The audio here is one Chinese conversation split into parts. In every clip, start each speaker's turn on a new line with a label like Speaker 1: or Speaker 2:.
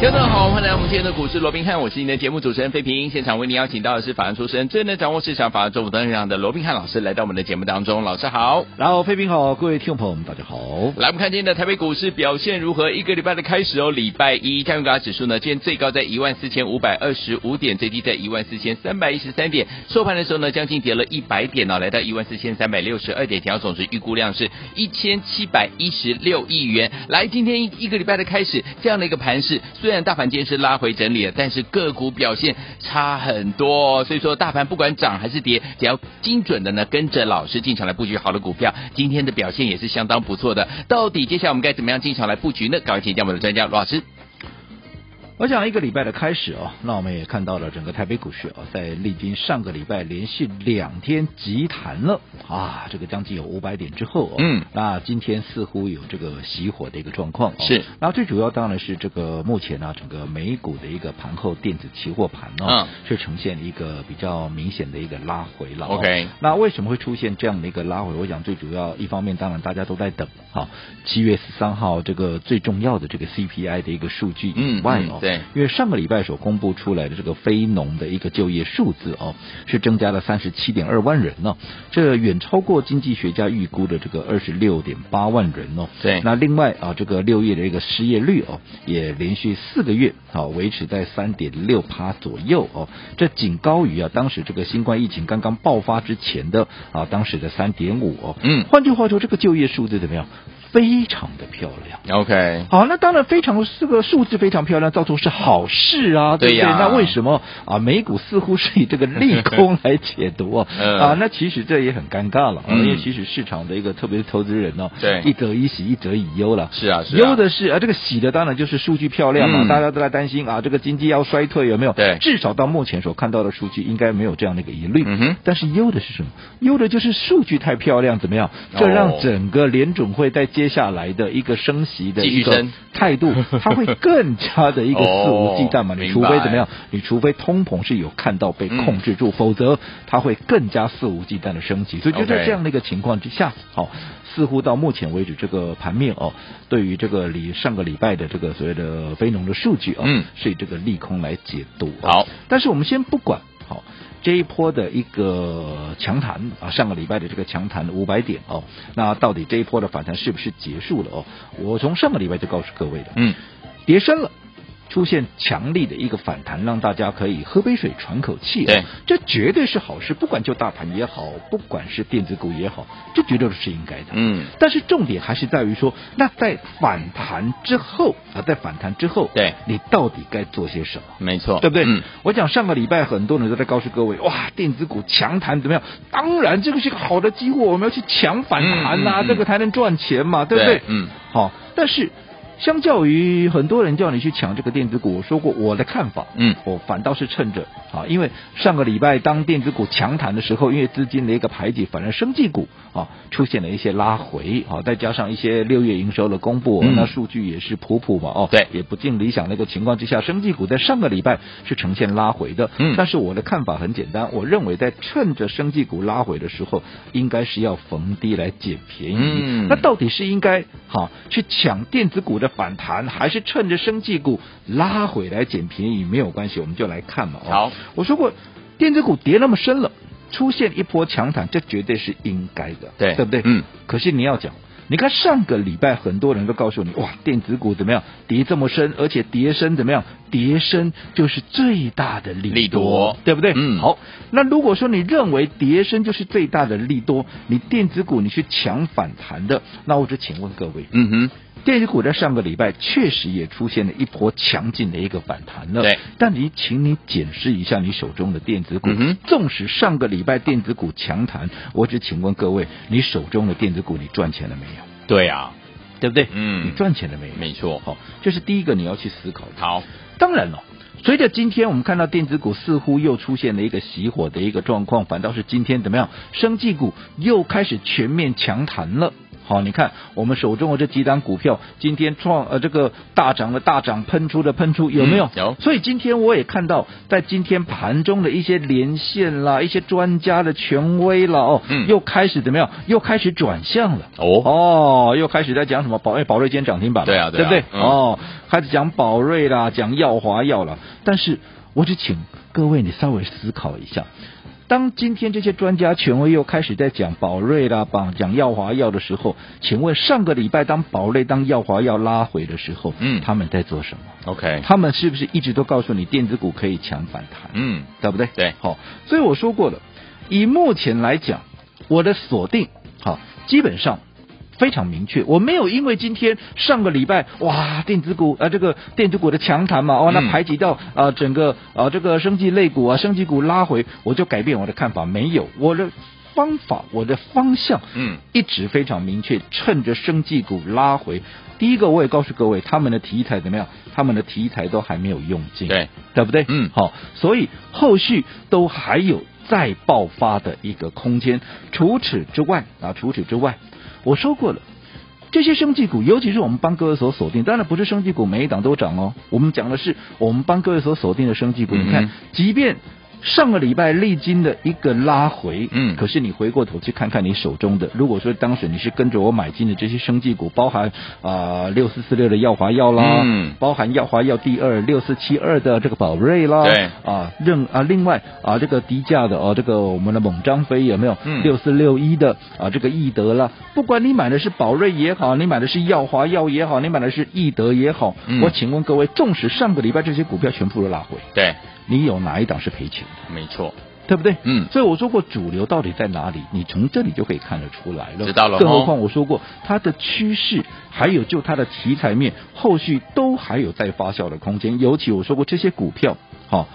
Speaker 1: 听众好，欢迎来到我们今天的股市罗宾汉，我是您的节目主持人费平。现场为您邀请到的是法案出身、最能掌握市场法案周武登让的罗宾汉老师来到我们的节目当中。老师好，
Speaker 2: 然后，飞平好，各位听众朋友们，大家好。
Speaker 1: 来我们看今天的台北股市表现如何？一个礼拜的开始哦，礼拜一加权股价指数呢，今天最高在14,525点，最低在14,313点，收盘的时候呢，将近跌了100点哦，来到14,362点，调总值预估量是1,716亿元。来，今天一一个礼拜的开始，这样的一个盘势，虽然大盘今天是拉回整理了，但是个股表现差很多、哦，所以说大盘不管涨还是跌，只要精准的呢跟着老师进场来布局好的股票，今天的表现也是相当不错的。到底接下来我们该怎么样进场来布局呢？赶快请教我们的专家罗老师。
Speaker 2: 我想一个礼拜的开始哦，那我们也看到了整个台北股市哦，在历经上个礼拜连续两天急弹了啊，这个将近有五百点之后哦，
Speaker 1: 嗯
Speaker 2: 那今天似乎有这个熄火的一个状况、哦，
Speaker 1: 是。
Speaker 2: 那最主要当然是这个目前呢、整个美股的一个盘后电子期货盘哦，
Speaker 1: 嗯
Speaker 2: 是呈现一个比较明显的一个拉回了、哦。
Speaker 1: OK
Speaker 2: 那为什么会出现这样的一个拉回？我想最主要一方面，当然大家都在等好七月十三号这个最重要的这个 CPI 的一个数据以
Speaker 1: 嗯
Speaker 2: 外
Speaker 1: 嗯
Speaker 2: 哦，
Speaker 1: 对
Speaker 2: 因为上个礼拜所公布出来的这个非农的一个就业数字哦，是增加了三十七点二万人哦，这远超过经济学家预估的这个二十六点八万人哦。
Speaker 1: 对
Speaker 2: 那另外啊，这个六月的一个失业率哦，也连续四个月啊维持在三点六趴左右哦，这仅高于啊当时这个新冠疫情刚刚爆发之前的啊当时的三点五哦。
Speaker 1: 嗯
Speaker 2: 换句话说，这个就业数字怎么样？非常的漂亮。
Speaker 1: OK，
Speaker 2: 好，那当然非常这个数字非常漂亮，造成是好事啊，对不
Speaker 1: 对
Speaker 2: 对？
Speaker 1: 呀
Speaker 2: 那为什么啊美股似乎是以这个利空来解读啊？
Speaker 1: 嗯
Speaker 2: 啊，那其实这也很尴尬了，啊
Speaker 1: 嗯
Speaker 2: 因为其实市场的一个特别是投资人呢、
Speaker 1: 对
Speaker 2: 一则以喜，一则以忧了。
Speaker 1: 是啊是啊
Speaker 2: 忧的是啊，这个喜的当然就是数据漂亮嘛，
Speaker 1: 嗯
Speaker 2: 大家都在担心啊，这个经济要衰退有没有？
Speaker 1: 对
Speaker 2: 至少到目前所看到的数据应该没有这样的一个疑虑。
Speaker 1: 嗯哼
Speaker 2: 但是忧的是什么？忧的就是数据太漂亮，怎么样？这
Speaker 1: 哦
Speaker 2: 让整个联准会在接下来的一个升息的
Speaker 1: 继续
Speaker 2: 一个
Speaker 1: 升
Speaker 2: 态 度，它会更加的一个肆无忌惮嘛。
Speaker 1: 哦
Speaker 2: 你
Speaker 1: 明
Speaker 2: 除非
Speaker 1: 白嗯
Speaker 2: 怎么样？你除非通膨是有看到被控制住，否则它会更加肆无忌惮的升级。所以就
Speaker 1: OK
Speaker 2: 在这样的一个情况之下，好、似乎到目前为止这个盘面哦，对于这个礼上个礼拜的这个所谓的非农的数据哦，
Speaker 1: 嗯
Speaker 2: 是以这个利空来解读、哦。
Speaker 1: 好，
Speaker 2: 但是我们先不管好、这一波的一个强弹啊，上个礼拜的这个强弹五百点哦，那到底这一波的反弹是不是结束了哦？我从上个礼拜就告诉各位了，
Speaker 1: 嗯，
Speaker 2: 跌深了。出现强力的一个反弹，让大家可以喝杯水喘口气、哦。
Speaker 1: 对，
Speaker 2: 这绝对是好事，不管就大盘也好，不管是电子股也好，这绝对是应该的。
Speaker 1: 嗯，
Speaker 2: 但是重点还是在于说，那在反弹之后啊，在反弹之后，
Speaker 1: 对
Speaker 2: 你到底该做些什么？
Speaker 1: 没错，
Speaker 2: 对不对？
Speaker 1: 嗯，
Speaker 2: 我讲上个礼拜很多人都在告诉各位，哇，电子股强弹怎么样？当然，这个是个好的机会，我们要去抢反弹呐、
Speaker 1: 嗯嗯嗯
Speaker 2: 这个才能赚钱嘛，对不对？
Speaker 1: 嗯，
Speaker 2: 好，但是相较于很多人叫你去抢这个电子股，我说过我的看法，
Speaker 1: 嗯
Speaker 2: 我反倒是趁着啊，因为上个礼拜当电子股强弹的时候，因为资金的一个排挤，反而生技股啊出现了一些拉回，啊，再加上一些六月营收的公布，
Speaker 1: 嗯
Speaker 2: 那数据也是普普嘛，哦，
Speaker 1: 对
Speaker 2: 也不尽理想的一个情况之下，生技股在上个礼拜是呈现拉回的，
Speaker 1: 嗯
Speaker 2: 但是我的看法很简单，我认为在趁着生技股拉回的时候，应该是要逢低来捡便宜，
Speaker 1: 嗯
Speaker 2: 那到底是应该好去抢电子股的反弹，还是趁着生技股拉回来捡便宜？没有关系，我们就来看嘛、哦。
Speaker 1: 好，
Speaker 2: 我说过电子股跌那么深了，出现一波强弹，这绝对是应该的，
Speaker 1: 对
Speaker 2: 对不对？
Speaker 1: 嗯。
Speaker 2: 可是你要讲。你看上个礼拜，很多人都告诉你，哇，电子股怎么样跌这么深，而且跌深怎么样？跌深就是最大的利
Speaker 1: 利多
Speaker 2: 对不对？
Speaker 1: 嗯
Speaker 2: 好，那如果说你认为跌升就是最大的利多，你电子股你去抢反弹的，那我就请问各位，
Speaker 1: 嗯哼，
Speaker 2: 电子股在上个礼拜确实也出现了一波强劲的一个反弹了。
Speaker 1: 对，
Speaker 2: 但你请你检视一下你手中的电子股，
Speaker 1: 嗯哼
Speaker 2: 纵使上个礼拜电子股强弹，我只请问各位，你手中的电子股你赚钱了没有？
Speaker 1: 对啊，
Speaker 2: 对不对？
Speaker 1: 嗯
Speaker 2: 你赚钱了没有？
Speaker 1: 没错
Speaker 2: 好，这是第一个你要去思考的。
Speaker 1: 好，
Speaker 2: 当然了、随着今天我们看到电子股似乎又出现了一个熄火的一个状况，反倒是今天怎么样，生技股又开始全面强弹了。好，你看我们手中的这几档股票，今天创呃这个大涨的大涨，喷出的喷出，有没有？
Speaker 1: 嗯有
Speaker 2: 所以今天我也看到，在今天盘中的一些连线啦，一些专家的权威啦，哦，
Speaker 1: 嗯
Speaker 2: 又开始怎么样？又开始转向了。
Speaker 1: 哦，
Speaker 2: 哦，又开始在讲什么宝？哎，宝瑞今天涨停板嘛，
Speaker 1: 对啊
Speaker 2: 对
Speaker 1: 对啊
Speaker 2: 不对？
Speaker 1: 嗯
Speaker 2: 哦，开始讲宝瑞啦，讲耀华药啦。但是我只请各位你稍微思考一下，当今天这些专家权威又开始在讲宝瑞啦、讲讲耀华药的时候，请问上个礼拜当宝瑞、当耀华药拉回的时候，
Speaker 1: 嗯
Speaker 2: 他们在做什么？
Speaker 1: ，OK，
Speaker 2: 他们是不是一直都告诉你电子股可以强反弹？
Speaker 1: 嗯，
Speaker 2: 对不对？
Speaker 1: 对
Speaker 2: 好、所以我说过了，以目前来讲，我的锁定好、基本上。非常明确，我没有因为今天上个礼拜哇电子股呃这个电子股的强弹嘛哦那
Speaker 1: 嗯
Speaker 2: 排挤到呃整个呃这个生技类股啊生技股拉回，我就改变我的看法，没有我的方法我的方向
Speaker 1: 嗯，
Speaker 2: 一直非常明确，趁着生技股拉回，第一个我也告诉各位，他们的题材怎么样？他们的题材都还没有用尽，
Speaker 1: 对，
Speaker 2: 对不对？
Speaker 1: 嗯
Speaker 2: 好，所以后续都还有再爆发的一个空间。除此之外啊，除此之外，我说过了。这些生技股，尤其是我们帮各位所锁定，当然不是生技股每一档都涨哦。我们讲的是我们帮各位所锁定的生技股。
Speaker 1: 嗯哼
Speaker 2: 你看，即便上个礼拜历经的一个拉回，
Speaker 1: 嗯
Speaker 2: 可是你回过头去看看你手中的，如果说当时你是跟着我买进的这些生技股，包含啊六四四六的耀华药啦，
Speaker 1: 嗯
Speaker 2: 包含耀华药第二六四七二的这个宝瑞啦，
Speaker 1: 对
Speaker 2: 啊，任啊，另外啊，这个低价的哦，这个我们的猛张飞有没有？
Speaker 1: 嗯
Speaker 2: 六四六一的啊，这个易德啦，不管你买的是宝瑞也好，你买的是耀华药也好，你买的是易德也好，
Speaker 1: 嗯
Speaker 2: 我请问各位，纵使上个礼拜这些股票全部都拉回，
Speaker 1: 对，
Speaker 2: 你有哪一档是赔钱的？
Speaker 1: 没错，
Speaker 2: 对不对？
Speaker 1: 嗯
Speaker 2: 所以我说过主流到底在哪里，你从这里就可以看得出来了。
Speaker 1: 知道了哦
Speaker 2: 更何况我说过它的趋势，还有就它的题材面，后续都还有在发酵的空间。尤其我说过这些股票，好、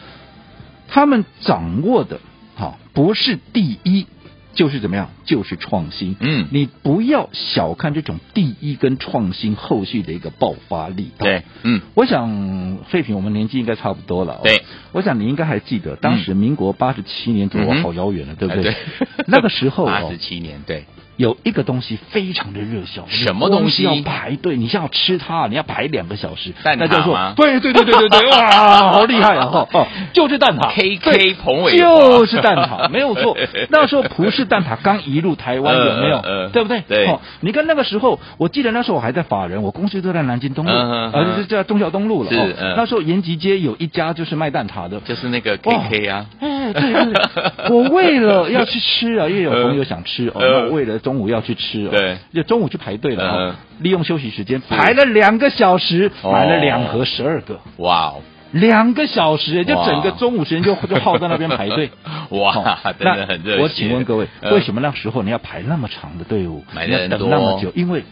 Speaker 2: 他们掌握的，好、不是第一，就是怎么样，就是创新。
Speaker 1: 嗯
Speaker 2: 你不要小看这种第一跟创新后续的一个爆发力。
Speaker 1: 对，嗯，
Speaker 2: 我想废品我们年纪应该差不多了、哦。
Speaker 1: 对，
Speaker 2: 我想你应该还记得，当时民国八十七年左右，
Speaker 1: 嗯哼
Speaker 2: 好遥远了，对不
Speaker 1: 哎
Speaker 2: 对？
Speaker 1: 对
Speaker 2: 那个时候、
Speaker 1: 八
Speaker 2: 哦
Speaker 1: 十、七年，对，
Speaker 2: 有一个东西非常的热销，
Speaker 1: 什么东西
Speaker 2: 光是要排队，你像要吃它，你要排两个小时，
Speaker 1: 蛋挞
Speaker 2: 那叫做
Speaker 1: 吗
Speaker 2: 对对对对对 对，哇，好厉害啊！哈、哦，就是蛋挞
Speaker 1: KK
Speaker 2: 对
Speaker 1: 彭伟华
Speaker 2: 就是蛋 挞，没有错。那时候葡式蛋挞刚移入台湾，有没有？
Speaker 1: 嗯嗯嗯
Speaker 2: 对不对？
Speaker 1: 对
Speaker 2: 哦，你看那个时候，我记得那时候我还在法人，我公司就在南京东路，
Speaker 1: 嗯嗯嗯
Speaker 2: 呃，就是叫东校东路了。
Speaker 1: 是
Speaker 2: 哦
Speaker 1: 嗯
Speaker 2: 那时候延吉街有一家就是卖蛋挞的，
Speaker 1: 就是那个
Speaker 2: 哇
Speaker 1: KK 啊，
Speaker 2: 哎，对对对， 我为了要去吃啊，因为有朋友想吃哦，
Speaker 1: 嗯
Speaker 2: 那我为了中午要去吃哦，
Speaker 1: 对，
Speaker 2: 就中午去排队了哦
Speaker 1: 嗯，
Speaker 2: 利用休息时间排了两个小时，
Speaker 1: 哦
Speaker 2: 买了两盒十二个，
Speaker 1: 哇哦，
Speaker 2: 两个小时，就
Speaker 1: 哇
Speaker 2: 整个中午时间就就耗在那边排队。
Speaker 1: 哇
Speaker 2: 哦，
Speaker 1: 真的很
Speaker 2: 那
Speaker 1: 热血。
Speaker 2: 我请问各位，
Speaker 1: 嗯
Speaker 2: 为什么那时候你要排那么长的队伍，
Speaker 1: 买
Speaker 2: 你要
Speaker 1: 得
Speaker 2: 等
Speaker 1: 很
Speaker 2: 那
Speaker 1: 多
Speaker 2: 么久？因为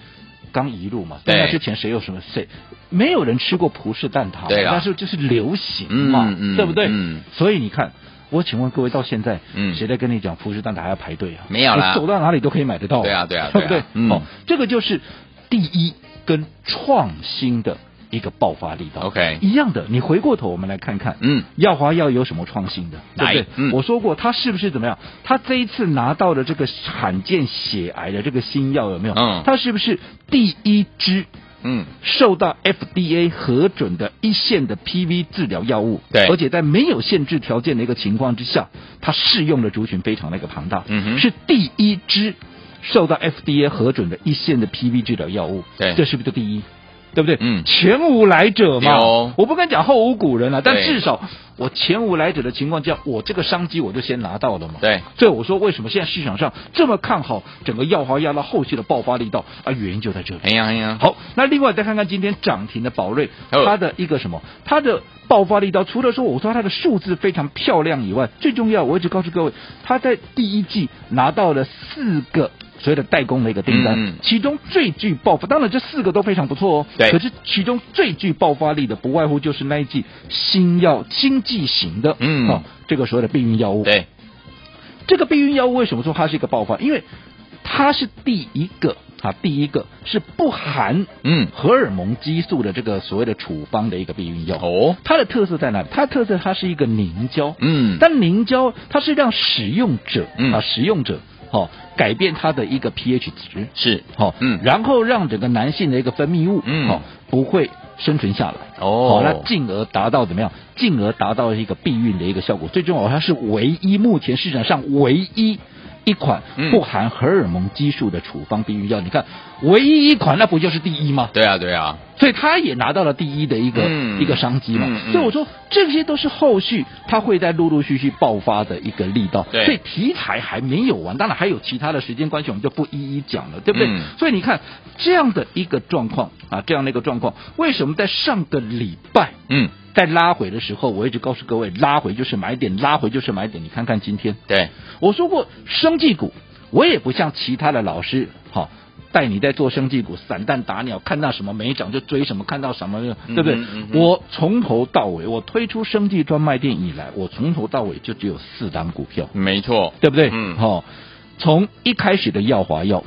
Speaker 2: 刚一路嘛，
Speaker 1: 对
Speaker 2: 在那之前谁有什么谁没有人吃过葡式蛋挞，
Speaker 1: 对啊
Speaker 2: 那时候就是流行嘛
Speaker 1: 嗯，嗯
Speaker 2: 对不对？
Speaker 1: 嗯
Speaker 2: 所以你看。我请问各位，到现在，
Speaker 1: 嗯
Speaker 2: 谁在跟你讲葡式蛋挞还要排队啊？
Speaker 1: 没有啦
Speaker 2: 你走到哪里都可以买得到。
Speaker 1: 对啊对啊
Speaker 2: 对不
Speaker 1: 对
Speaker 2: 对
Speaker 1: 啊？嗯
Speaker 2: 哦，这个就是第一跟创新的一个爆发力道。
Speaker 1: OK
Speaker 2: 一样的，你回过头我们来看看，
Speaker 1: 嗯，
Speaker 2: 耀华药有什么创新的？对
Speaker 1: 来
Speaker 2: 不对？
Speaker 1: 嗯
Speaker 2: 我说过，他是不是怎么样？他这一次拿到的这个罕见血癌的这个新药有没有？
Speaker 1: 嗯
Speaker 2: 他是不是第一支
Speaker 1: 嗯，
Speaker 2: 受到 FDA 核准的一线的 PV 治疗药物？
Speaker 1: 对
Speaker 2: 而且在没有限制条件的一个情况之下，它适用的族群非常的一个庞大，
Speaker 1: 嗯哼
Speaker 2: 是第一支受到 FDA 核准的一线的 PV 治疗药物。
Speaker 1: 对
Speaker 2: 这是不是就第一？对不对？
Speaker 1: 嗯
Speaker 2: 前无来者嘛，
Speaker 1: 对哦
Speaker 2: 我不敢讲后无古人了、但
Speaker 1: 对
Speaker 2: 至少我前无来者的情况下，我这个商机我就先拿到了嘛。
Speaker 1: 对，
Speaker 2: 所以我说为什么现在市场上这么看好整个药华药到后续的爆发力道啊，原因就在这里。
Speaker 1: 哎呀哎呀，
Speaker 2: 好，那另外再看看今天涨停的宝瑞，
Speaker 1: 哦
Speaker 2: 它的一个什么，它的爆发力道，除了说我说它的数字非常漂亮以外，最重要，我一直告诉各位，它在第一季拿到了四个。所谓的代工的一个订单，
Speaker 1: 嗯
Speaker 2: 其中最具爆发，当然这四个都非常不错哦。
Speaker 1: 对
Speaker 2: 可是其中最具爆发力的，不外乎就是那一季新药经济型的，
Speaker 1: 嗯
Speaker 2: 哦，这个所谓的避孕药物。
Speaker 1: 对，
Speaker 2: 这个避孕药物为什么说它是一个爆发？因为它是第一个啊，第一个是不含
Speaker 1: 嗯，
Speaker 2: 荷尔蒙激素的这个所谓的处方的一个避孕药。
Speaker 1: 哦，
Speaker 2: 它的特色在哪里？它的特色它是一个凝胶，
Speaker 1: 嗯，
Speaker 2: 但凝胶它是让使用者、
Speaker 1: 嗯
Speaker 2: 啊使用者哦改变它的一个 pH 值，
Speaker 1: 是，
Speaker 2: 好、
Speaker 1: 嗯
Speaker 2: 然后让整个男性的一个分泌物，
Speaker 1: 嗯
Speaker 2: 哦不会生存下来。
Speaker 1: 哦
Speaker 2: 好那进而达到怎么样？进而达到一个避孕的一个效果。最重要，它是唯一目前市场上唯一一款
Speaker 1: 嗯
Speaker 2: 不含荷尔蒙激素的处方避孕药。你看，唯一一款，那不就是第一吗？
Speaker 1: 对啊，对啊，
Speaker 2: 所以他也拿到了第一的一个、
Speaker 1: 嗯
Speaker 2: 一个商机嘛。
Speaker 1: 嗯嗯
Speaker 2: 所以我说这些都是后续它会在陆陆续续爆发的一个力道。
Speaker 1: 对
Speaker 2: 所以题材还没有完，当然还有其他的时间关系，我们就不一一讲了，对不对？
Speaker 1: 嗯
Speaker 2: 所以你看这样的一个状况啊，这样的一个状况，为什么在上个礼拜？
Speaker 1: 嗯，
Speaker 2: 在拉回的时候，我一直告诉各位，拉回就是买点，拉回就是买点。你看看今天，
Speaker 1: 对，
Speaker 2: 我说过，生技股我也不像其他的老师，好、带你在做生技股，散弹打鸟，看到什么没涨就追什么，看到什么对
Speaker 1: 嗯
Speaker 2: 不对？
Speaker 1: 嗯嗯
Speaker 2: 我从头到尾，我推出生技专卖店以来，我从头到尾就只有四档股票，
Speaker 1: 没错，
Speaker 2: 对不对？
Speaker 1: 嗯
Speaker 2: 好、从一开始的耀华药。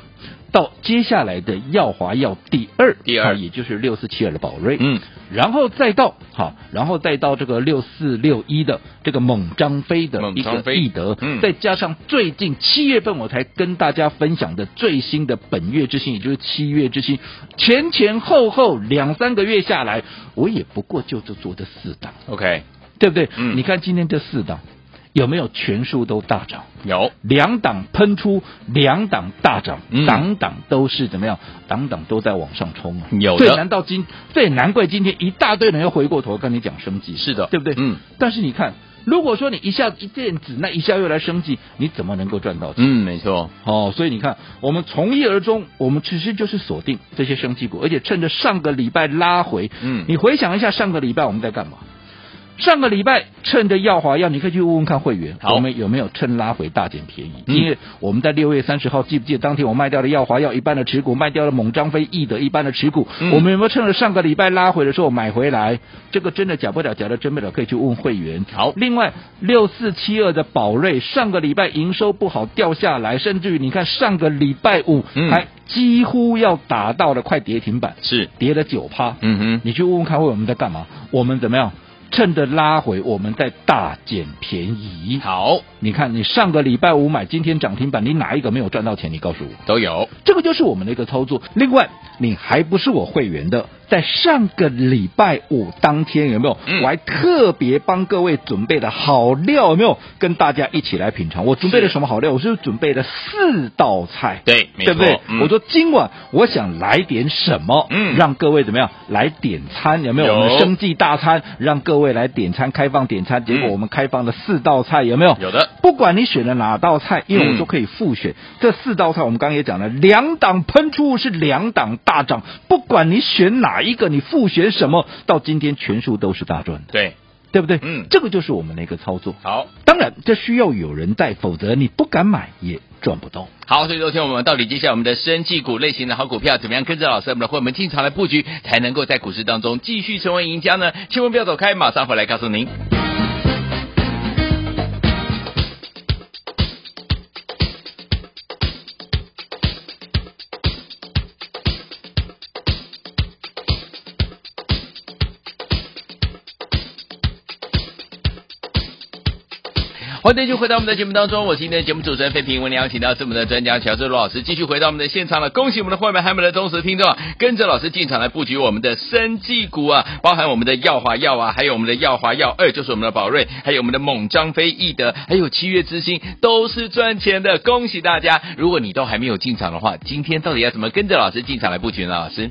Speaker 2: 到接下来的耀华药第二，
Speaker 1: 第二
Speaker 2: 好也就是六四七二的宝瑞，
Speaker 1: 嗯，
Speaker 2: 然后再到好，然后再到这个六四六一的这个猛张飞的
Speaker 1: 猛
Speaker 2: 一
Speaker 1: 张
Speaker 2: 个
Speaker 1: 飞
Speaker 2: 易德，
Speaker 1: 嗯
Speaker 2: 再加上最近七月份我才跟大家分享的最新的本月之星，也就是七月之星，前前后后两三个月下来，我也不过就就做这四档，
Speaker 1: ，OK，
Speaker 2: 对不对？
Speaker 1: 嗯
Speaker 2: 你看今天这四档有没有全数都大涨？
Speaker 1: 有，
Speaker 2: 两档喷出，两档大涨，
Speaker 1: 嗯
Speaker 2: 档档都是怎么样？档档都在往上冲啊！
Speaker 1: 有的
Speaker 2: 所以难道今，所以难怪今天一大堆人要回过头跟你讲生计，
Speaker 1: 是的
Speaker 2: 对不对？
Speaker 1: 嗯。
Speaker 2: 但是你看，如果说你一下一电子，那一下又来生计，你怎么能够赚到钱？
Speaker 1: 嗯，没错，
Speaker 2: 哦，所以你看，我们从一而终，我们其实就是锁定这些生技股，而且趁着上个礼拜拉回，
Speaker 1: 嗯
Speaker 2: 你回想一下上个礼拜我们在干嘛？上个礼拜趁着耀华药，你可以去问问看会员，
Speaker 1: 好
Speaker 2: 我们有没有趁拉回大捡便宜？
Speaker 1: 嗯
Speaker 2: 因为我们在六月三十号，记不记得当天我卖掉了耀华药一半的持股，卖掉了猛张飞、易德一半的持股，
Speaker 1: 嗯
Speaker 2: 我们有没有趁着上个礼拜拉回的时候买回来？这个真的假不了，假的真不了，可以去问会员。
Speaker 1: 好
Speaker 2: 另外六四七二的宝瑞上个礼拜营收不好掉下来，甚至于你看上个礼拜五、
Speaker 1: 嗯
Speaker 2: 还几乎要打到了快跌停板，
Speaker 1: 是，
Speaker 2: 跌了九趴。
Speaker 1: 嗯哼，
Speaker 2: 你去问问看，我们在干嘛？我们怎么样？趁着拉回，我们在大捡便宜。
Speaker 1: 好，
Speaker 2: 你看，你上个礼拜五买，今天涨停板，你哪一个没有赚到钱？你告诉我。
Speaker 1: 都有，
Speaker 2: 这个就是我们的一个操作。另外，你还不是我会员的，在上个礼拜五当天有没有？
Speaker 1: 嗯
Speaker 2: 我还特别帮各位准备的好料有没有？跟大家一起来品尝。我准备了
Speaker 1: 是
Speaker 2: 什么好料？我是准备了四道菜。
Speaker 1: 对，没
Speaker 2: 对
Speaker 1: 错，
Speaker 2: 不对？
Speaker 1: 嗯
Speaker 2: 我说今晚我想来点什么，
Speaker 1: 嗯
Speaker 2: 让各位怎么样来点餐？有没有
Speaker 1: 有
Speaker 2: 我们生计大餐？让各位来点餐，开放点餐。结果
Speaker 1: 嗯
Speaker 2: 我们开放了四道菜，有没有？
Speaker 1: 有的。
Speaker 2: 不管你选了哪道菜，因为
Speaker 1: 嗯
Speaker 2: 我都可以复选。这四道菜我们刚刚也讲了，两档喷出是两档大涨，不管你选哪一个，你复选什么，到今天全数都是大赚的，
Speaker 1: 对，
Speaker 2: 对不对？
Speaker 1: 嗯
Speaker 2: 这个就是我们的一个操作。
Speaker 1: 好。
Speaker 2: 当然，这需要有人带，否则你不敢买也赚不到。
Speaker 1: 好，所以昨天我们到底接下来我们的生技股类型的好股票，怎么样跟着老师我们的会员进场来布局，才能够在股市当中继续成为赢家呢？千万不要走开，马上回来告诉您。欢迎继续回到我们的节目当中，我是今天的节目主持人费平，为您邀请到是我们的专家乔治罗老师，继续回到我们的现场了。恭喜我们的会员还有我们的忠实听众啊，跟着老师进场来布局我们的生技股啊，包含我们的耀华药啊，还有我们的耀华药二，就是我们的宝瑞，还有我们的猛张飞、易德，还有七月之星，都是赚钱的。恭喜大家！如果你都还没有进场的话，今天到底要怎么跟着老师进场来布局呢？老师，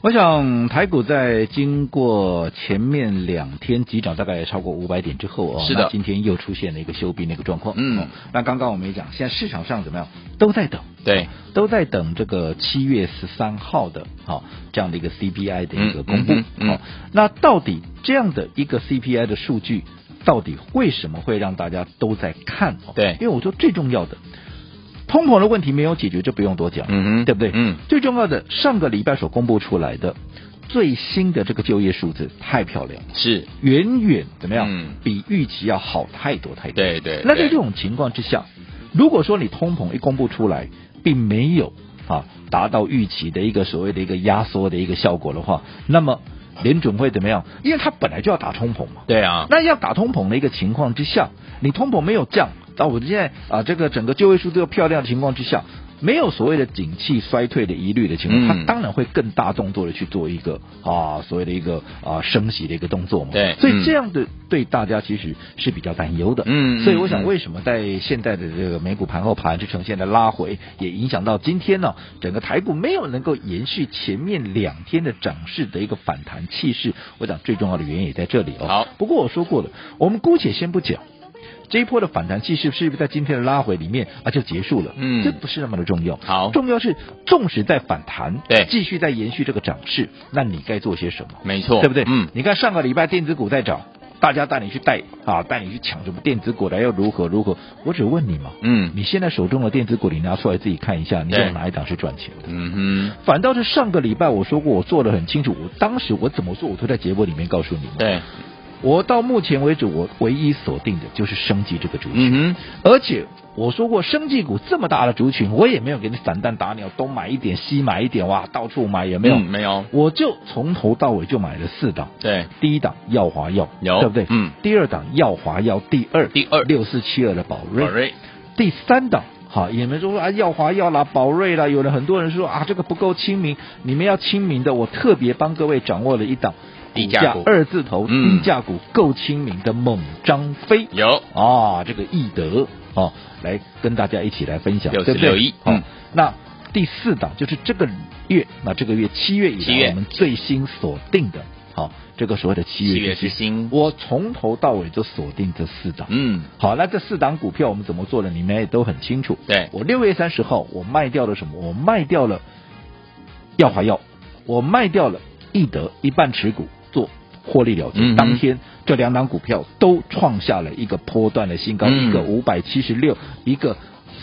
Speaker 2: 我想台股在经过前面两天急涨，大概超过五百点之后哦，
Speaker 1: 是的
Speaker 2: 那今天又出现了一个休兵的一个状况。
Speaker 1: 嗯
Speaker 2: 哦那刚刚我们也讲，现在市场上怎么样，都在等，哦
Speaker 1: 对，
Speaker 2: 都在等这个七月十三号的好、这样的一个 CPI 的一个公布。
Speaker 1: 嗯嗯嗯
Speaker 2: 哦那到底这样的一个 CPI 的数据，到底为什么会让大家都在看？哦
Speaker 1: 对
Speaker 2: 因为我说最重要的。通膨的问题没有解决，就不用多讲，
Speaker 1: 嗯哼
Speaker 2: 对不对？
Speaker 1: 嗯，
Speaker 2: 最重要的，上个礼拜所公布出来的最新的这个就业数字太漂亮了，
Speaker 1: 是，
Speaker 2: 远远怎么样？
Speaker 1: 嗯
Speaker 2: 比预期要好太多太多。
Speaker 1: 对对
Speaker 2: 那在
Speaker 1: 对
Speaker 2: 这种情况之下，如果说你通膨一公布出来，并没有啊达到预期的一个所谓的一个压缩的一个效果的话，那么联准会怎么样？因为它本来就要打通膨嘛，
Speaker 1: 对啊，
Speaker 2: 那要打通膨的一个情况之下，你通膨没有降，到我们现在啊这个整个就业数字又漂亮的情况之下。没有所谓的景气衰退的疑虑的情况，
Speaker 1: 嗯
Speaker 2: 它当然会更大动作的去做一个啊所谓的一个啊升息的一个动作嘛。
Speaker 1: 对
Speaker 2: 所
Speaker 1: 嗯
Speaker 2: 以这样的对大家其实是比较担忧的。
Speaker 1: 嗯
Speaker 2: 所以我想
Speaker 1: 嗯
Speaker 2: 为什么在现在的这个美股盘后盘是呈现的拉回，也影响到今天呢、整个台股没有能够延续前面两天的涨势的一个反弹气势。我想最重要的原因也在这里哦。
Speaker 1: 好，
Speaker 2: 不过我说过了，我们姑且先不讲。这一波的反弹气势是不是在今天的拉回里面啊就结束了？
Speaker 1: 嗯
Speaker 2: 这不是那么的重要。
Speaker 1: 好
Speaker 2: 重要是纵使在反弹，
Speaker 1: 对
Speaker 2: 继续在延续这个涨势，那你该做些什么？
Speaker 1: 没错，
Speaker 2: 对不对？
Speaker 1: 嗯，
Speaker 2: 你看上个礼拜电子股在涨，大家带你去带啊，带你去抢什么电子股来又如何如何？我只问你嘛，
Speaker 1: 嗯
Speaker 2: 你现在手中的电子股，你拿出来自己看一下，你
Speaker 1: 对
Speaker 2: 有哪一档是赚钱的？
Speaker 1: 嗯
Speaker 2: 反倒是上个礼拜我说过，我做的很清楚，我当时我怎么做，我都在节目里面告诉你嘛
Speaker 1: 哼，。对，
Speaker 2: 我到目前为止，我唯一锁定的就是升级这个主群。
Speaker 1: 嗯哼，
Speaker 2: 而且我说过，生技股这么大的族群，我也没有给你散弹打鸟，东买一点，西买一点，哇，到处买有没有？
Speaker 1: 嗯没有，
Speaker 2: 我就从头到尾就买了四档。
Speaker 1: 对，
Speaker 2: 第一档耀华药，
Speaker 1: 有
Speaker 2: 对不对？
Speaker 1: 嗯。
Speaker 2: 第二档耀华药，第二，
Speaker 1: 第二
Speaker 2: 六四七二的宝瑞，
Speaker 1: 宝瑞，
Speaker 2: 第三档。好，也没说啊，耀华药啦，宝瑞啦，有了很多人说啊，这个不够亲民，你们要亲民的，我特别帮各位掌握了一档
Speaker 1: 低
Speaker 2: 股
Speaker 1: 价
Speaker 2: 价
Speaker 1: 股
Speaker 2: 二字头、
Speaker 1: 嗯
Speaker 2: 低价股够亲民的猛张飞，
Speaker 1: 有，
Speaker 2: 啊，这个易德哦，来跟大家一起来分享，
Speaker 1: 六
Speaker 2: 对
Speaker 1: 四
Speaker 2: 不对？
Speaker 1: 六一
Speaker 2: 好、
Speaker 1: 嗯
Speaker 2: 那第四档就是这个月，那这个月七月以
Speaker 1: 七月
Speaker 2: 来我们最新锁定的，好、这个所谓的七月
Speaker 1: 七月之星
Speaker 2: 我从头到尾就锁定这四档。
Speaker 1: 嗯，
Speaker 2: 好，那这四档股票我们怎么做的，你们也都很清楚。
Speaker 1: 对
Speaker 2: 我六月三十号我卖掉了什么？我卖掉了耀华药，我卖掉了易德一半持股做获利了结。
Speaker 1: 嗯哼
Speaker 2: 当天这两档股票都创下了一个波段的新高，
Speaker 1: 嗯
Speaker 2: 一个五百七十六，一个。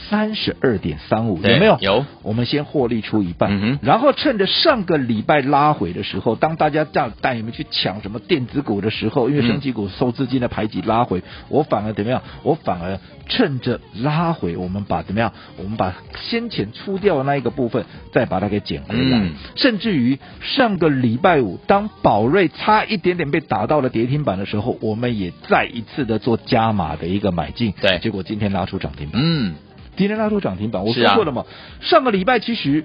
Speaker 2: 三十二点三五有
Speaker 1: 对
Speaker 2: 没有？
Speaker 1: 有。
Speaker 2: 我们先获利出一半，
Speaker 1: 嗯哼
Speaker 2: 然后趁着上个礼拜拉回的时候，当大家叫带你们去抢什么电子股的时候，因为
Speaker 1: 嗯
Speaker 2: 升级股受资金的排挤拉回，我反而怎么样？我反而趁着拉回，我们把怎么样？我们把先前出掉的那一个部分，再把它给捡回来。
Speaker 1: 嗯
Speaker 2: 甚至于上个礼拜五，当宝瑞差一点点被打到了跌停板的时候，我们也再一次的做加码的一个买进。
Speaker 1: 对
Speaker 2: 结果今天拉出涨停板。
Speaker 1: 嗯，
Speaker 2: 今天拉出涨停板，我
Speaker 1: 是
Speaker 2: 说
Speaker 1: 啊
Speaker 2: 过了嘛，上个礼拜其实。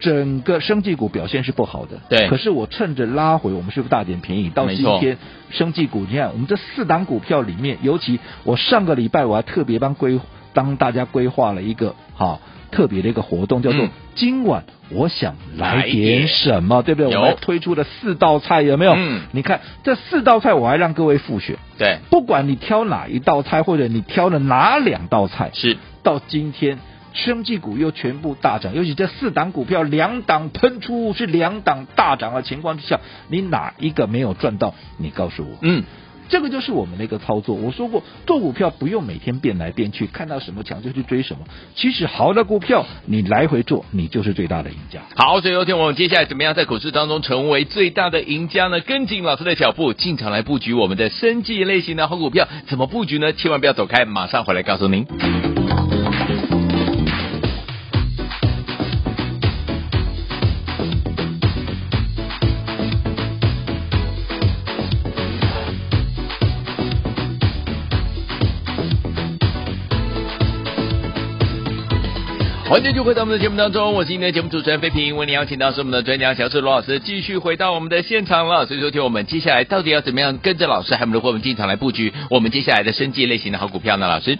Speaker 2: 整个生技股表现是不好的，
Speaker 1: 对
Speaker 2: 可是我趁着拉回，我们是不是大点便宜？到
Speaker 1: 没
Speaker 2: 今
Speaker 1: 错
Speaker 2: 天生技股，你看我们这四档股票里面，尤其我上个礼拜我还特别帮规帮大家规划了一个哈、特别的一个活动，叫做、
Speaker 1: 嗯
Speaker 2: 今晚我想
Speaker 1: 来
Speaker 2: 来
Speaker 1: 点
Speaker 2: 点什么，对不对？
Speaker 1: 有
Speaker 2: 我们推出了四道菜，有没有？
Speaker 1: 嗯
Speaker 2: 你看这四道菜，我还让各位复选，
Speaker 1: 对，
Speaker 2: 不管你挑哪一道菜，或者你挑了哪两道菜，
Speaker 1: 是，
Speaker 2: 到今天，生技股又全部大涨，尤其这四档股票两档喷出，是两档大涨的情况之下，你哪一个没有赚到？你告诉我。
Speaker 1: 嗯，
Speaker 2: 这个就是我们的一个操作。我说过，做股票不用每天变来变去，看到什么强就去追什么。其实好的股票，你来回做，你就是最大的赢家。
Speaker 1: 好，所以有请我们接下来怎么样在股市当中成为最大的赢家呢？跟紧老师的脚步，进场来布局我们的生计类型的好股票，怎么布局呢？千万不要走开，马上回来告诉您。欢迎继续回到我们的节目当中，我是今天的节目主持人费平，为您邀请到是我们的专家乔治罗老师，继续回到我们的现场了。所以说，听我们接下来到底要怎么样跟着老师，还有我们的伙伴进场来布局我们接下来的生计类型的好股票呢？老师，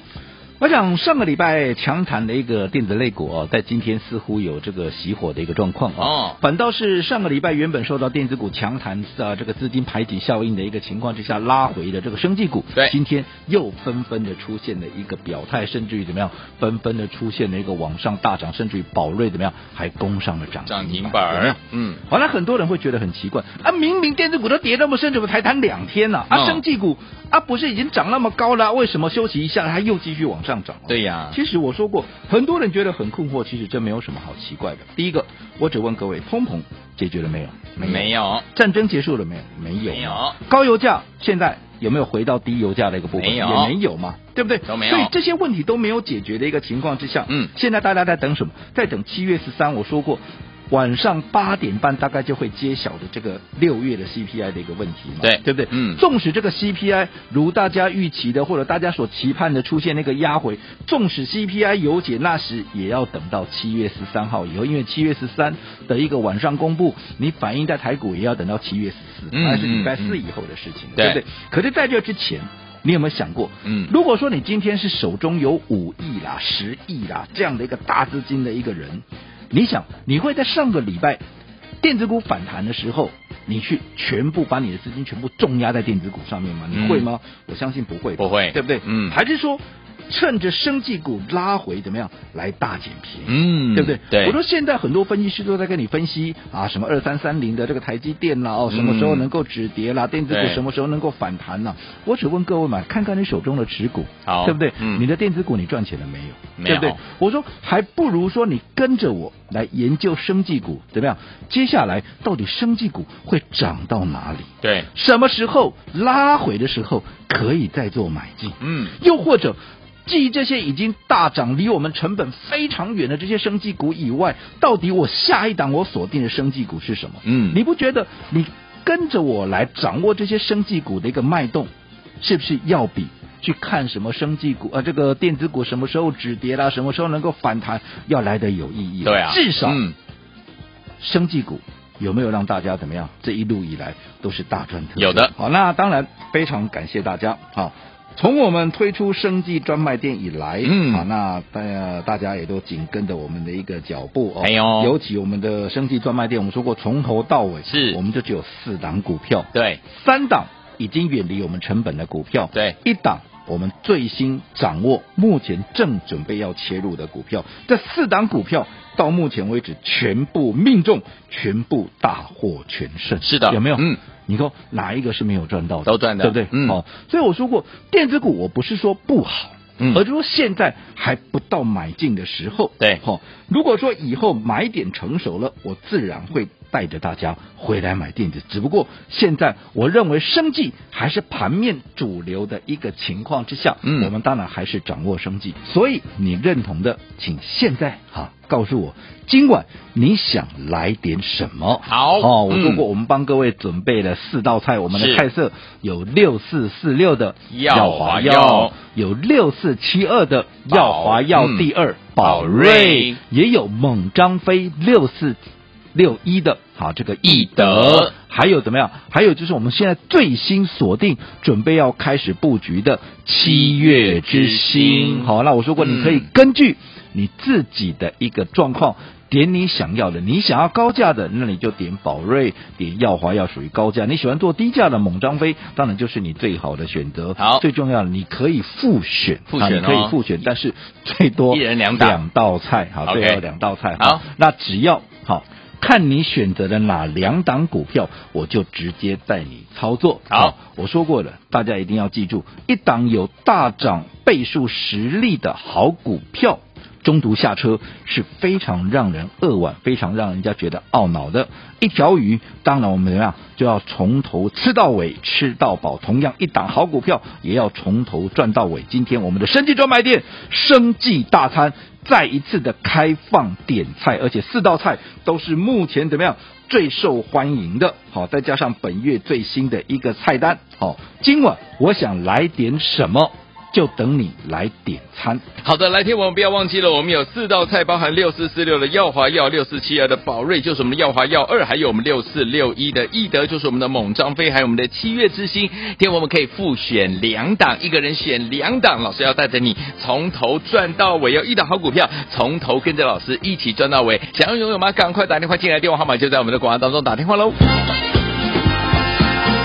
Speaker 2: 我想上个礼拜强谈的一个电子类股哦，在今天似乎有这个熄火的一个状况
Speaker 1: 哦
Speaker 2: 哦。反倒是上个礼拜原本受到电子股强谈呃这个资金排挤效应的一个情况之下拉回的这个生技股，
Speaker 1: 对
Speaker 2: 今天又纷纷的出现了一个表态，甚至于怎么样，纷纷的出现了一个往上大涨，甚至于宝瑞怎么样还攻上了涨
Speaker 1: 涨停
Speaker 2: 停
Speaker 1: 板
Speaker 2: 对
Speaker 1: 儿，嗯，
Speaker 2: 好，那很多人会觉得很奇怪啊，明明电子股都跌那么深，怎么才谈两天呢、啊？
Speaker 1: 嗯
Speaker 2: 生技股啊，不是已经涨那么高了，为什么休息一下它又继续往上涨？
Speaker 1: 对呀
Speaker 2: 其实我说过，很多人觉得很困惑，其实这没有什么好奇怪的。第一个，我只问各位，通膨解决了没有？
Speaker 1: 没有，
Speaker 2: 战争结束了没有？没有。
Speaker 1: 没有。
Speaker 2: 高油价现在有没有回到低油价的一个部分？
Speaker 1: 没有
Speaker 2: 也没有嘛，对不对？
Speaker 1: 都没有
Speaker 2: 所以这些问题都没有解决的一个情况之下，
Speaker 1: 嗯
Speaker 2: 现在大家在等什么？在等七月十三，我说过。晚上八点半大概就会揭晓的这个六月的 CPI 的一个问题嘛，
Speaker 1: 对
Speaker 2: 对不对？
Speaker 1: 嗯
Speaker 2: 纵使这个 CPI 如大家预期的，或者大家所期盼的出现那个压回，纵使 CPI 有解，那时也要等到七月十三号以后，因为七月十三的一个晚上公布，你反映在台股也要等到七月十四、
Speaker 1: 嗯
Speaker 2: 还是礼拜
Speaker 1: 嗯
Speaker 2: 四
Speaker 1: 嗯
Speaker 2: 以后的事情，
Speaker 1: 对
Speaker 2: 不对？可是在这之前，你有没有想过，
Speaker 1: 嗯
Speaker 2: 如果说你今天是手中有五亿啦、十亿啦这样的一个大资金的一个人，你想你会在上个礼拜电子股反弹的时候，你去全部把你的资金全部重压在电子股上面吗？你会吗？我相信不会吧，
Speaker 1: 嗯不会
Speaker 2: 对不对？
Speaker 1: 嗯
Speaker 2: 还是说趁着生技股拉回怎么样来大捡便宜？
Speaker 1: 嗯，
Speaker 2: 对不对？
Speaker 1: 对，
Speaker 2: 我说现在很多分析师都在跟你分析啊，什么二三三零的这个台积电啦，哦，什么时候能够止跌啦，电子股
Speaker 1: 嗯对
Speaker 2: 什么时候能够反弹啦？我只问各位嘛，看看你手中的持股，
Speaker 1: 好
Speaker 2: 对不对？
Speaker 1: 嗯
Speaker 2: 你的电子股你赚钱了没有？
Speaker 1: 没
Speaker 2: 对
Speaker 1: 有
Speaker 2: 不对？我说还不如说你跟着我来研究生技股怎么样？接下来到底生技股会涨到哪里？
Speaker 1: 对，
Speaker 2: 什么时候拉回的时候可以再做买进？
Speaker 1: 嗯，
Speaker 2: 又或者。继这些已经大涨、离我们成本非常远的这些生技股以外，到底我下一档我锁定的生技股是什么？
Speaker 1: 嗯
Speaker 2: 你不觉得你跟着我来掌握这些生技股的一个脉动，是不是要比去看什么生技股呃这个电子股什么时候止跌啦，什么时候能够反弹要来的有意义？
Speaker 1: 对啊，
Speaker 2: 至少、
Speaker 1: 嗯，
Speaker 2: 生技股有没有让大家怎么样？这一路以来都是大赚特赚
Speaker 1: 有的
Speaker 2: 好，那当然非常感谢大家啊。从我们推出生技专卖店以来，
Speaker 1: 嗯
Speaker 2: 啊，那大家大家也都紧跟着我们的一个脚步哦。
Speaker 1: 哎呦
Speaker 2: 尤其我们的生技专卖店，我们说过从头到尾
Speaker 1: 是
Speaker 2: 我们就只有四档股票，
Speaker 1: 对，
Speaker 2: 三档已经远离我们成本的股票，
Speaker 1: 对，
Speaker 2: 哎一档我们最新掌握，目前正准备要切入的股票，这四档股票到目前为止全部命中，全部大获全胜，
Speaker 1: 是的
Speaker 2: 有没有？
Speaker 1: 嗯。
Speaker 2: 你说哪一个是没有赚到的？
Speaker 1: 都赚
Speaker 2: 对
Speaker 1: 的
Speaker 2: 不对？
Speaker 1: 嗯
Speaker 2: 哦，所以我说过，电子股我不是说不好，
Speaker 1: 嗯
Speaker 2: 而是说现在还不到买进的时候。
Speaker 1: 对
Speaker 2: 好、如果说以后买点成熟了，我自然会带着大家回来买电子。只不过现在我认为生计还是盘面主流的一个情况之下，
Speaker 1: 嗯
Speaker 2: 我们当然还是掌握生计。所以你认同的，请现在哈、告诉我，今晚你想来点什么？
Speaker 1: 好
Speaker 2: 哦，我说
Speaker 1: 嗯
Speaker 2: 过，我们帮各位准备了四道菜，我们
Speaker 1: 是
Speaker 2: 的菜色有六四四六的
Speaker 1: 耀华
Speaker 2: 耀
Speaker 1: 耀
Speaker 2: 有六四七二的
Speaker 1: 宝
Speaker 2: 耀华耀
Speaker 1: 嗯
Speaker 2: 第二
Speaker 1: 宝
Speaker 2: 宝
Speaker 1: 瑞
Speaker 2: 瑞，也有猛张飞六四六一的，好这个
Speaker 1: 易德，
Speaker 2: 还有怎么样？还有就是我们现在最新锁定准备要开始布局的七月之星。好，那我说过，
Speaker 1: 嗯
Speaker 2: 你可以根据你自己的一个状况。点你想要的，你想要高价的，那你就点宝瑞，点耀华，要属于高价。你喜欢做低价的猛张飞，当然就是你最好的选择。
Speaker 1: 好
Speaker 2: 最重要的，你可以复选，
Speaker 1: 复选
Speaker 2: 啊你可
Speaker 1: 哦
Speaker 2: 以复选，但是最多
Speaker 1: 一人两档
Speaker 2: 道菜，好，
Speaker 1: OK
Speaker 2: 最后两道菜。
Speaker 1: 好，
Speaker 2: 那只要好。看你选择的哪两档股票，我就直接带你操作。
Speaker 1: 好
Speaker 2: 我说过了，大家一定要记住，一档有大涨倍数实力的好股票，中途下车是非常让人扼腕，非常让人家觉得懊恼的。一条鱼，当然我们怎么样就要从头吃到尾，吃到饱。同样，一档好股票也要从头赚到尾。今天我们的生计专卖店生计大餐。再一次的开放点菜，而且四道菜都是目前怎么样最受欢迎的。好，再加上本月最新的一个菜单。好，今晚我想来点什么，就等你来点餐。
Speaker 1: 好的，来听我们不要忘记了，我们有四道菜，包含六四四六的耀华耀、六四七二的宝瑞，就是我们的耀华耀二，还有我们六四六一的易德，就是我们的猛张飞，还有我们的七月之星。天我们可以复选两档，一个人选两档，老师要带着你从头赚到尾，要一档好股票，从头跟着老师一起赚到尾。想要拥有吗？赶快打电话进来，电话号码就在我们的广告当中，打电话喽。